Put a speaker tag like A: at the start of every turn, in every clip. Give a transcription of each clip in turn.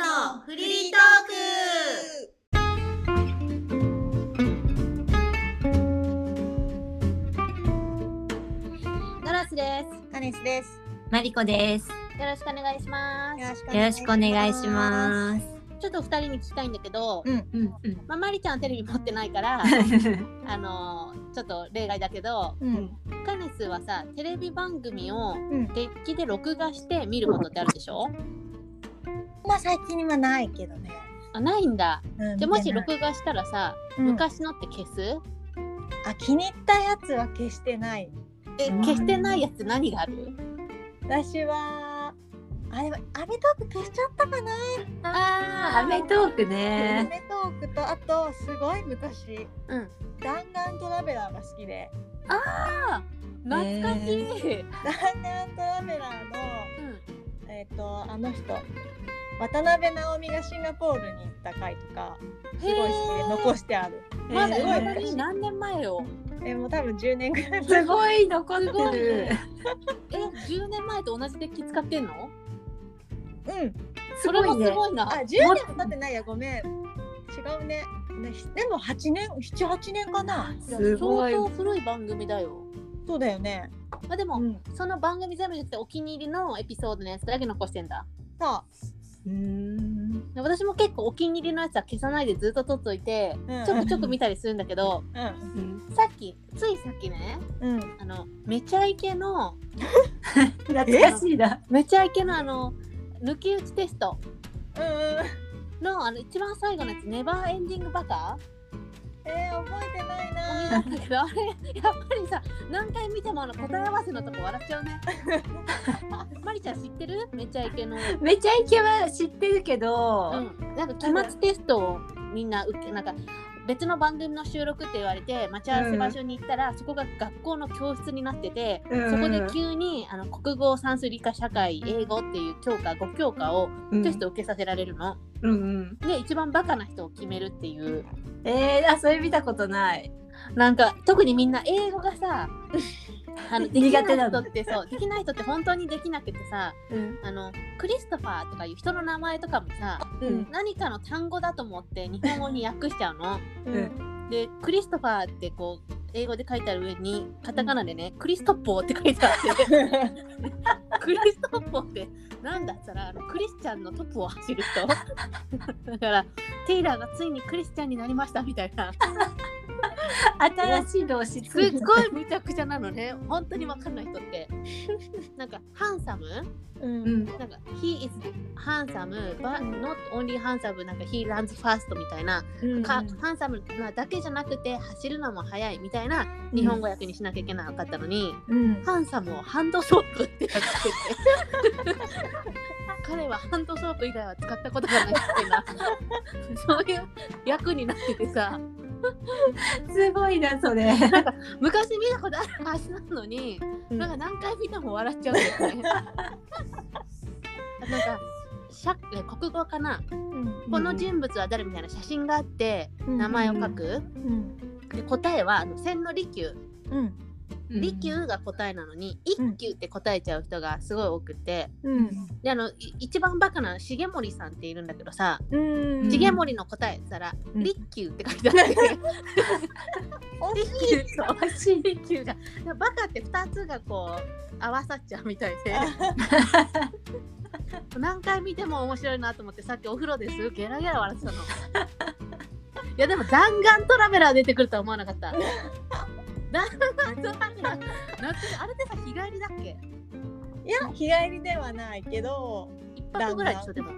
A: のフリートーク
B: ドロスで
A: カネスです。
C: マリコです。よ
B: す。よろしくお願いします。
A: よろしく
C: ろしくお願いします。
B: ちょっと二人に聞きたいんだけど、
C: うんうん。
B: まあ、マリちゃんはテレビ持ってない から、あのーちょっと例外だけど、
A: す。うん。
B: カネスはさ、テレビ番組を
A: うん
B: デッキで録画して見ることってあるでしょ、
A: まあ最近はないけどね。
B: あないんだ。
A: うん
B: じゃあもし
A: 見てない
B: 録画したらさ、
A: うん
B: 昔のって消す
A: あ気に入ったやつは消してない。
B: え、
C: うん
B: 消してないやつ何がある
A: 私はあれはアメトーク消しちゃったかな。
C: あー、アメトーク
A: ア
C: ね。
A: メトークとあとすごい昔
B: うん。
A: 弾丸トラベラーが好きで
B: 懐かしい、
A: 弾丸トラベラーの
B: うん
A: えっ、とあの人渡辺直美がシンガポールに行った回とかすごい好きで残してある。
C: へー
B: まだ
A: すごい
B: 未だに何年前よ
A: えもう多分10年ぐらい
C: すごい残ってる。
B: え10年前と同じデッキ使ってんの
A: うん。
B: それもすごいな
A: あ、十年も経ってないや、ごめん。違うね。ねでも八年、七八年かな。
C: すごい
B: 相。当古い番組だよ
A: そうだよね。
B: まあでも、
A: うん。
B: その番組全部じゃなくてお気に入りのエピソードのやつだけ残してんだ
A: さあ、
C: うーん
B: で私も結構お気に入りのやつは消さないでずっと撮っといて
A: うん
B: ちょくちょく見たりするんだけ ど
A: うん、
B: さっきついさっきね
A: うん。
B: あのめちゃイケの
C: 懐かしいな。
B: めちゃイケのあの抜き打ちテスト
A: うんうん。
B: のあの一番最後のやつネバーエンディングバカ
A: えー、覚えてない
B: だ
A: な
B: っ。たけどあれやっぱりさ何回見てもあの答え合わせのとこ笑っちゃ うねあマリちゃん知ってるめちゃイケの
C: めちゃイケは知ってるけ
B: う
C: ど、
B: ん、なんか期末テストをみんな受けなんか別の番組の収録って言われて待ち合わせ場所に行ったら、そこが学校の教室になってて、
C: うん
B: そこで急にあの国語算数理科社会英語っていう教科5教科を
C: うん
B: テスト受けさせられるの、
C: うんうん。
B: で一番バカな人を決めるっていう
C: えー、あ、それ見たことない。
B: なんか特にみんな英語が さあのできない
C: 苦手な
B: 人
C: の
B: ってそうできない人って本当にできなくてさ
C: うん。
B: あのクリストファーとかいう人の名前とかもさ
A: うん
B: 何かの単語だと思って日本語に訳しちゃうの。
A: うん。
B: でクリストファーってこう英語で書いてある上にカタカナでね、クリストッポーって書いてあって クリストッポーってなんだっつったらあのクリスチャンのトップを走る 人だからテイラーがついにクリスチャンになりましたみたいな
C: 新しいのを知って
B: すっごいむちゃくちゃなのね本当にわかんない人って なんかハンサム
A: うん。
C: うん。
B: なんか He is handsome but not only handsome なんか He runs fast みたいな
A: うん
B: かハンサムなだけじゃなくて走るのも速いみたいな日本語訳にしなきゃいけなかったのに、
A: うん。
B: ハンサムをハンドソープって訳してて彼はハンドソープ以外は使ったことがないっていうなそういう役になっててさ
C: すごいな、それ。
B: 昔見たことあるはずなのに、
A: うん
B: なんか何回見ても笑っちゃうんだよね。 なんかしゃ国語かな、
A: うん
B: この人物は誰みたいな写真があって
A: うん
B: 名前を書く。
A: うん。
B: で答えはあの千利休
A: うん。
B: 利休が答えなのに一
A: うん
B: 休って答えちゃう人がすごい多くて
A: うん。
B: であのい一番バカな重森さんっているんだけどさ
A: うん。
C: 次
B: 重
C: 元
B: 森の答えって言ったら「
A: うん
B: 利休」って書いてあって
A: 惜しい
B: 利休と惜しい利休がでバカって2つがこう合わさっちゃうみたい で何回見ても面白いなと思ってさっきお風呂ですごいゲラゲラ笑ってたのいやでも弾丸トラベラー出てくるとは思わなかった弾丸トラベラー夏あれってさ日帰りだっけ
A: いや、日帰りではないけど、
B: 一泊ぐらいでしょでも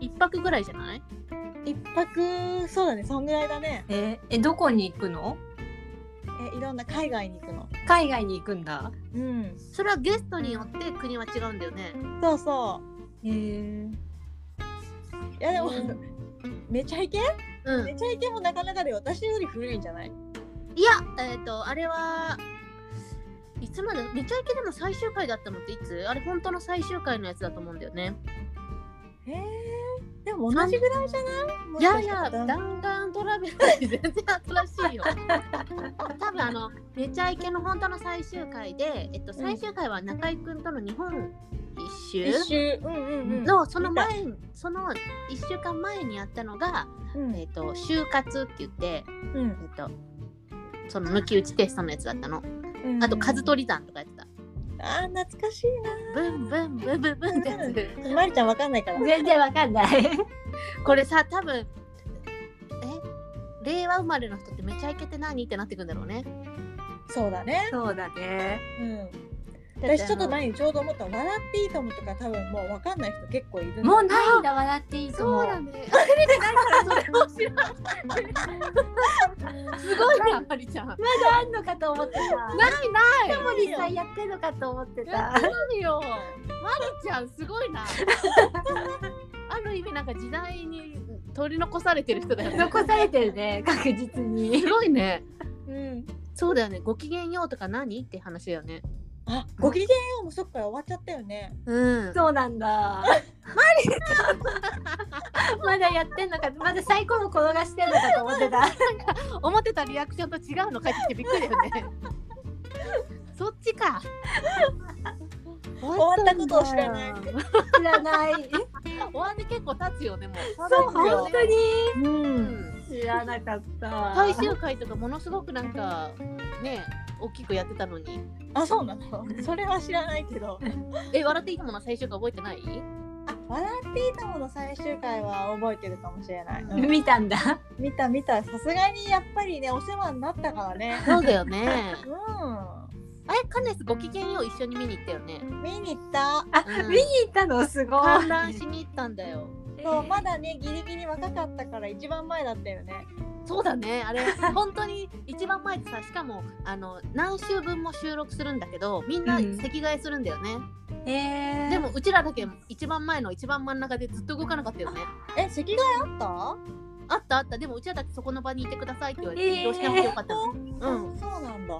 B: 一泊ぐらいじゃない
A: 一泊、そうだね、そんぐらいだね。
C: えーえ、どこに行くの
A: え、いろんな海外に行くの。
C: 海外に行くんだ。
A: うん。
B: それはゲストによって国は違うんだよね
A: そうそ
C: へえ。
A: う。いや、でも
B: う、
A: めちゃイケ
B: うん
A: めちゃイケもなかなかで私より古いんじゃない
B: いや、えっ、と、あれは。いつまで、めちゃイケでも最終回だったのっていつあれ本当の最終回のやつだと思うんだよね。
A: えー、でも同じぐらいじゃない
B: いやいや、
A: だ
B: 弾丸トラベラーって全然新 しいよ。多分あの、めちゃイケの本当の最終回で、えっと、最終回は中居君との日本一
A: 一
B: 周
A: 周うんうんうん
B: のその前その1週間前にやったのが、
A: うん
B: えっと就活って言って、
A: う
B: え
A: ん
B: っとその抜き打ちテストのやつだったの、
A: うん
B: あと数取り算とかやってた
A: あー懐かしい
B: ブンブンブンブンブンってやつ
A: なまりちゃんわかんないから
C: 全然わかんない。
B: これさ多分え令和生まれの人ってめちゃイケて何ってなってくんだろうね
A: そうだね
C: そうだね。
A: うん
B: だて
A: 私ちょっと
B: あの
A: 前にちょうど思ったの笑っていいと思うとか多分もうわかんない人結構いるんだ
C: もうないんだ笑っていいと思。
B: そううだねあテレビないからそれ面白いすごいなまりちゃん
C: まだあんのかと思ってた。
B: ないない
A: でも
C: 実際やってんのかと思ってた。
B: そうよ。まりちゃんすごいな。ある意味なんか時代に取り残されてる人だよね。
C: 残されてる ね、確実に
B: す。ごいね。
A: うん
B: そうだよね。ごきげんようとか何って話だよね。
A: あごきげんようもそっから終わっちゃったよね
B: うん。
C: そうなんだ。マリちゃん。まだやってんのか、まだサイコロ転がしてんのかと思ってた。
B: 思ってたリアクションと違うの返ってきてびっくりだよ ね。そっちか。終
A: わったことを知らない
B: 終
C: 知らない。
B: わって結構経つよねもう。
A: そう
C: 本当に。
A: う
B: うんん。
C: 知らなかった。
B: 最終回とかものすごくなんかね大きくやってたのに。
A: あそうなの それは知らないけど
B: え笑っていいともの最終回覚えてない？
A: あ笑っていいともの最終回は覚えてるかもしれない、うん
C: 見たんだ。
A: 見た見たさすがにやっぱりねお世話になったからね
B: そうだよ ね。
A: う
B: あれカネスご機嫌よう一緒に見に行ったよね。
A: ん見に行った
C: あ、
B: うん
C: 見に行ったのすごい。
B: 観覧しに行ったんだよ。
A: そうまだねギリギリ若かったから一番前だったよね
B: そうだね。あれ本当に一番前でさしかもあの何週分も収録するんだけどみんな
C: うん
B: 席替えするんだよね。
C: ええ
B: でもうちらだけ一番前の一番真ん中でずっと動かなかったよね。
A: え席替えあっ
B: あったあったでもうちらだけそこの場にいてくださいって言われて
C: えー
B: 移動しなくてよかったの。
A: た
B: うん。
A: そうなんだ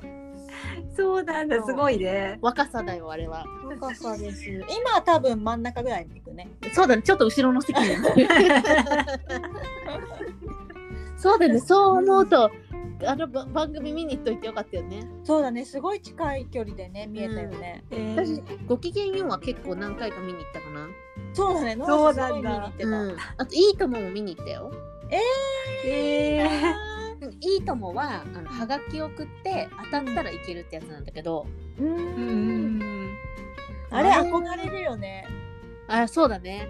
C: そうなんだ、すごいね。
B: 若さだよあれは。
A: 若さです今は多分真ん中ぐらいに行くね
B: そうだねちょっと後ろの席に。そうだねそう思うとあのば番組見に行っといてよかったよね。
A: そうだねすごい近い距離でね見えたよね、
C: えー
B: 私ご機嫌ようは結構何回か見に行ったかな。
A: そうだねノ
C: そ
A: ラ
C: う
A: す
C: な
A: ごい
C: ん
A: 見に
C: だ
A: 行ってた、
B: うん、あといいともも見に行ったよ。
C: えー
B: いいともはあのハガキ送って当たったらいけるってやつなんだけど、
A: う
C: うんん
A: あれ憧れるよね
B: あそうだね。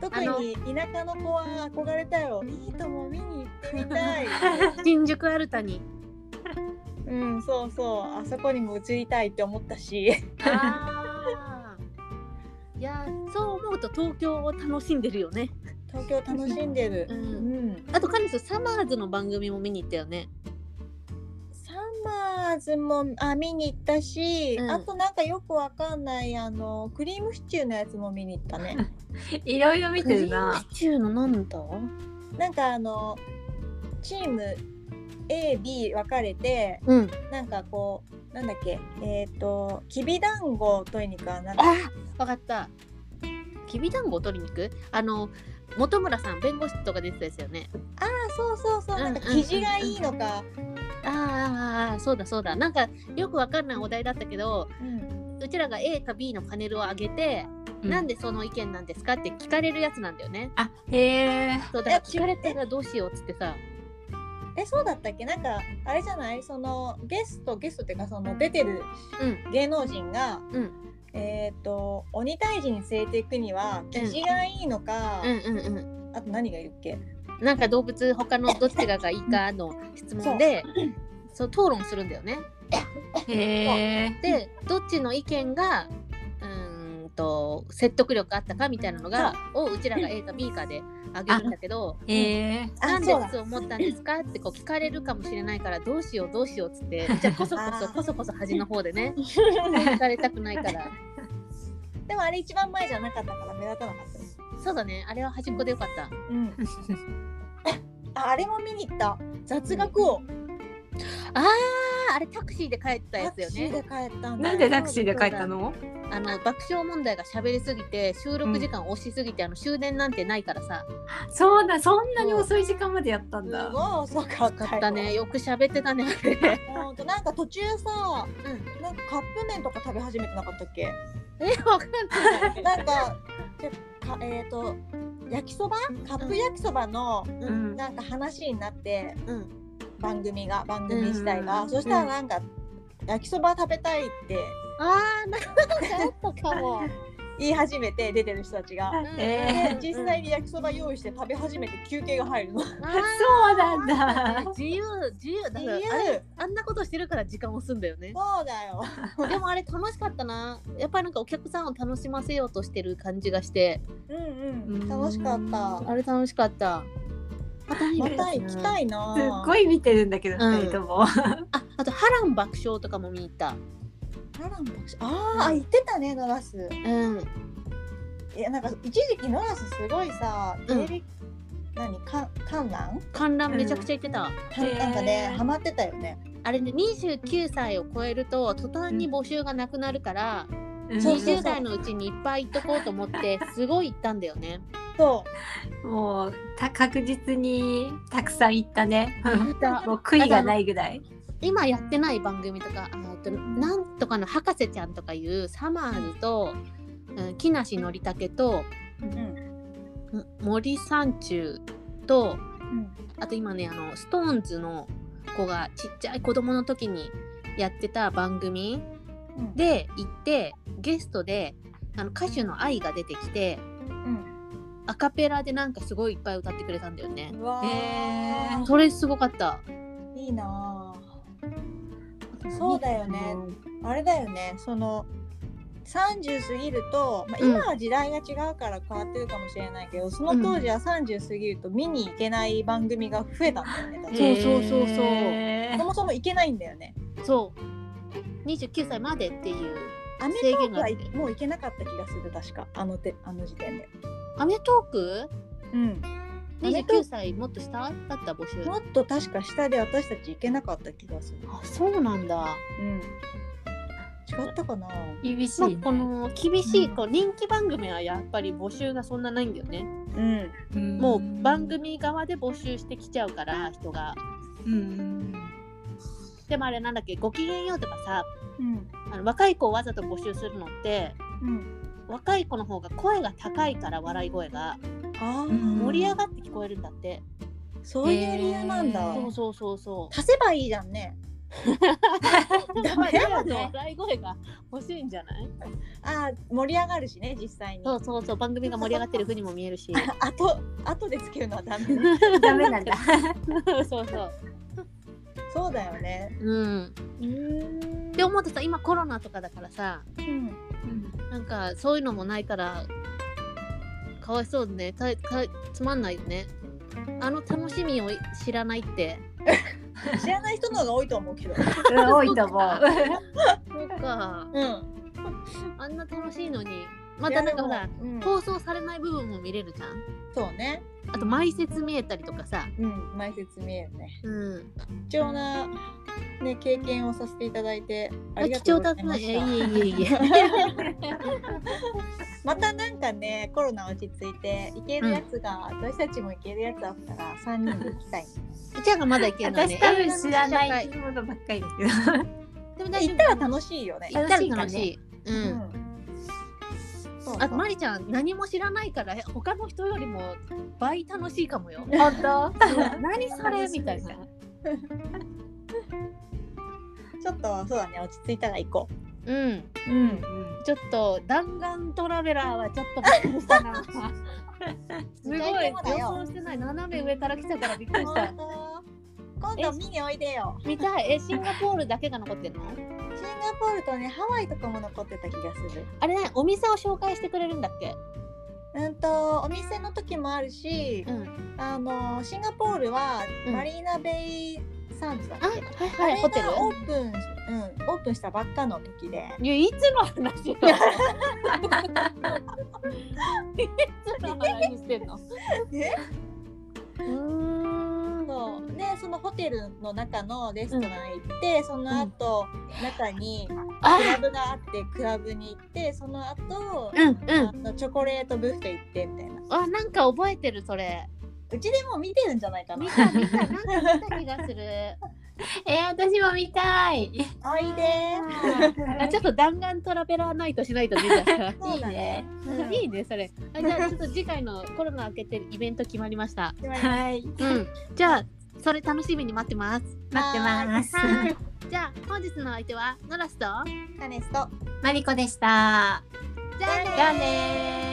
A: 特に田舎の子は憧れたよいいとも見に行って みたい
B: 新宿アルタに。
A: うんそうそうあそこにも移りたいって思っ たし
B: あーいやーそう思うと東京を楽しんでるよね。
A: 東京楽しんでる
B: う
A: うんん、
B: あとカネスサマーズの番組も見に行ったよね。
A: サマーズもあ見に行ったし、
B: うん
A: あとなんかよくわかんないあのクリームシチューのやつも見に行ったね
C: いろいろ見てる
B: クリーム
C: な。
B: シチューのなんだ？
A: なんかあのチーム AB 分かれて
B: うん。
A: なんかこうなんだっけえっ、ときびだんごとにかなんか
B: あわかった。きびだんごを取りに行くあの本村さん弁護士とか出てたですよね。
A: あーそうそうそうなんか
B: うんうんうんうん
A: 生地がいいのか、
B: あーあーあーそうだそうだなんかよくわかんないお題だったけど
A: うん
B: うちらが A か B のパネルを上げて、なんでその意見なんですかって聞かれるやつなんだよね。
C: あ、へえ。
B: そうだから
A: え
B: 聞かれたらどうしようっつってさ
A: えそうだったっけなんかあれじゃないそのゲストゲストっていうかその出てる
B: うん
A: 芸能人が、
B: うん
A: えっ、と鬼退治に連れていくには生地がいいのか、
B: うんうんうん
A: あと何がいるっけ
B: なんか動物他のどっちががいいかの質問でそう討論するんだよね。
C: へえ。
B: でどっちの意見がうーんと説得力あったかみたいなのがをうちらが A か B かであげるんだけど
C: へえ。
B: 「なんでそう思ったんですか?」ってこう聞かれるかもしれないから「どうしようどうしよう」っつ ってじゃあこそこ
A: あ
B: そ
A: ー
B: こそこそ端の方でね聞かれたくないから
A: でもあれ一番前じゃなかったから目立たなかったです
B: そうだねあれは端っこでよかった。
A: うん ああれも見に行った雑学を
B: あーあれタクシーで帰ったや
A: タ
B: つ
A: ク
B: よ
A: シー
B: ね。
A: で帰ったんだよ
C: なんでタクシーで帰ったの？
B: あの爆笑問題が喋りすぎて収録時間押しすぎて、あの終電なんてないからさ。
C: そうだ、そんなに遅い時間までやったん
A: す
C: だ。
A: ごい遅かったよ
B: だねよく喋ってたねあれ。
A: ほんとなんか途中さ、
B: う
A: なんかカップ麺とか食べ始めてなかったっけ
B: え、わかんない。
A: なんかけかえっ、と焼きそばカップ焼きそばの、
B: うん
A: なんか話になって
B: うん。
A: 番組が番組自体が、
B: うん
A: そしたらなんか、焼きそば食べたいって
B: ああ、なんかあったか も。
A: 言い始めて出てる人たちが。
B: ん
C: え
A: で実際に焼きそば用意して食べ始めて休憩が入るの。
B: あ
C: ーそうなんだ
B: ー。自由、自由。だから
A: 自由
B: あれ、あんなことしてるから時間をすんだよね。
A: そうだよ。
B: でもあれ楽しかったな。やっぱりなんかお客さんを楽しませようとしてる感じがして、
A: うん
B: う
A: うんん。楽しかった。
B: あれ楽しかった。また
A: また行きた
B: い。
A: いな。
C: すっごい見てるんだけど、
B: うん
C: 二人とも。
B: あ、あと波乱爆笑とかも見に行った。
A: ララン博士あーあ、言ってたね、ノラス。
B: うん。
A: いや、なんか一時期ノラスすごいさ、テレビ、何、か観覧
B: 観覧めちゃくちゃ行ってた。
A: かんなんか
C: へ
A: ね
C: ー、
A: ハマってたよね。
B: あれね、29歳を超えると途端に募集がなくなるから、
A: そうそうそう
B: 20代のうちにいっぱい行っとこうと思ってすごい行ったんだよね。
A: そ
C: もうた確実にたくさん行ったね。
B: た
C: もう悔いがないぐらい。
B: 今やってない番組とかあのえっとなんとかの博士ちゃんとかいうサマーズと、うん、木梨憲武と
A: う。うん。
B: ん森三中と
A: うん。
B: あと今ねあのストーンズの子がちっちゃい子供の時にやってた番組
A: うん、
B: で行ってゲストであの歌手の愛が出てきて
A: うん。
B: アカペラでなんかすごいいっぱい歌ってくれたんだよね。
A: うわ
C: へ
A: ー
B: それすごかった。
A: いいなあそうだよね。あれだよね、その、30過ぎると、まあ、
B: うん
A: 今は時代が違うから変わってるかもしれないけど、その当時は30過ぎると見に行けない番組が増えたんだよね。確か
B: そうそうそうそう
C: へ
A: そ
C: ー
A: もそも行けないんだよね。
B: そう29歳までっていう
A: アメ
B: 制
A: トー
B: 限
A: ク
B: があ
A: は
B: って
A: もう行けなかった気がする確かあのてあの時点で。
B: 「アメトーク
A: うん。」
B: 29歳もっと下だった募集
A: もっと確か下で私たち行けなかった気がする。
B: あそうなんだ、
A: うん。違ったかな。
C: 厳しい
B: まあ
C: ね。
B: この厳しいこう人気番組はやっぱり募集がそんなないんだよね
A: うん。
C: うん
B: もう番。組側で募集してきちゃうから人が
C: うん
B: でもあれなんだっけ「ごきげんよう」とかさ
A: うん。
B: あの若い子をわざと募集するのって
A: うん。
B: 若い子の方が声が高いから笑い声が
A: ああ、
C: うん
B: 盛り上がって聞こえるんだって、
A: そういう理由なんだ。
C: へー
B: そうそうそうそう
A: 足せばいいじゃんね。 ダメだ
B: の
A: ね。
B: 笑い声が欲しいんじゃない
A: ああ盛り上がるしね実際に。
B: そ
A: あ
B: うそうそう番組が盛り上がってるふうにも見えるし
A: とあとでつけるのはダメ ね。
C: ダメなんだ。
B: そうそう
A: そうだよね。
B: うん
A: うーん
B: で思うとさ今コロナとかだからさ
A: うん。
B: なんかそういうのもないからかわいそうねたかつまんないよねあの楽しみを知らないって
A: 知らない人の方が多いと思うけど。
C: うん多いと思う。
B: そうか
A: うん。
B: あんな楽しいのにまたなんかほら
A: うん
B: 放送されない部分も見れるじゃん
A: そうね。
B: あと埋設見えたりとかさ
A: うん、前説見えるね。
B: うん
A: 貴重な、ね、経験をさせていただいて、ありが
B: 貴
A: とう
B: 重
A: ござ
B: だ
A: い
B: った
A: ま
B: いえい
A: した。
B: えい えいえ
A: またなんかね、コロナ落ち着いて、行けるやつが、私たちも行けるやつあったら、三人で行きたい。
B: うちらがまだいけない
C: 私
B: ね
C: 多分知らないものばっかりだけど。
B: でも大丈夫
A: 行ったら楽しいよね。
B: 行ったら楽しい。う。
A: うんん。そう
B: あとマリちゃん何も知らないから他の人よりも倍楽しいかもよ。
C: 本
B: 何それみたいな。
A: ちょっと、そうだね、落ち着いたら行こ
B: うん。
A: う。うん。
B: ちょっと弾丸トラベラーはちょっとびっくりしたな。すごい予想してない斜め上から来たからびっく りした。
A: 本当今度見においでよ。
B: 見たいえシンガポールだけが残ってるの？
A: シンガポールとね、ハワイとかも残ってた気がする。
B: あれねお店を紹介してくれるんだっけ？
A: うんと、お店の時もあるし、
B: うん。
A: あのシンガポールは
B: うん
A: マリーナベイサンズだっ
B: あ
A: け、
B: はい
A: あ
B: はい
A: れ
B: ホテル
A: が。オープン、うん、オープンしたばっかの時で
B: いやいつの話よ。いつの話してんの？う
A: え
B: ーん。
A: そうでそのホテルの中のレストラン行って、その後、中に
B: あ
A: クラブがあってクラブに行ってその後、
B: うんう
A: あ
B: ん。
A: のチョコレートブッフェ行ってみたいな
B: あなんか覚えてるそれ。
A: うちでも見てるんじゃないかな
B: 見た見たなんか見た気がする。
C: えー、私も見たい。
A: おいで
B: あちょっと弾丸トラベラーナイトしないとねじゃ
A: そうだね。
B: あ いいねそれあじゃあちょっと次回のコロナ明けてイベント決まりました
A: うん
C: はい。
B: うんじゃあそれ楽しみに待ってます
C: 待ってます。
B: はい じゃあ本日のお相手はノラスと
A: カネスト。
C: マリコでした。
B: じゃあねー
A: じゃあね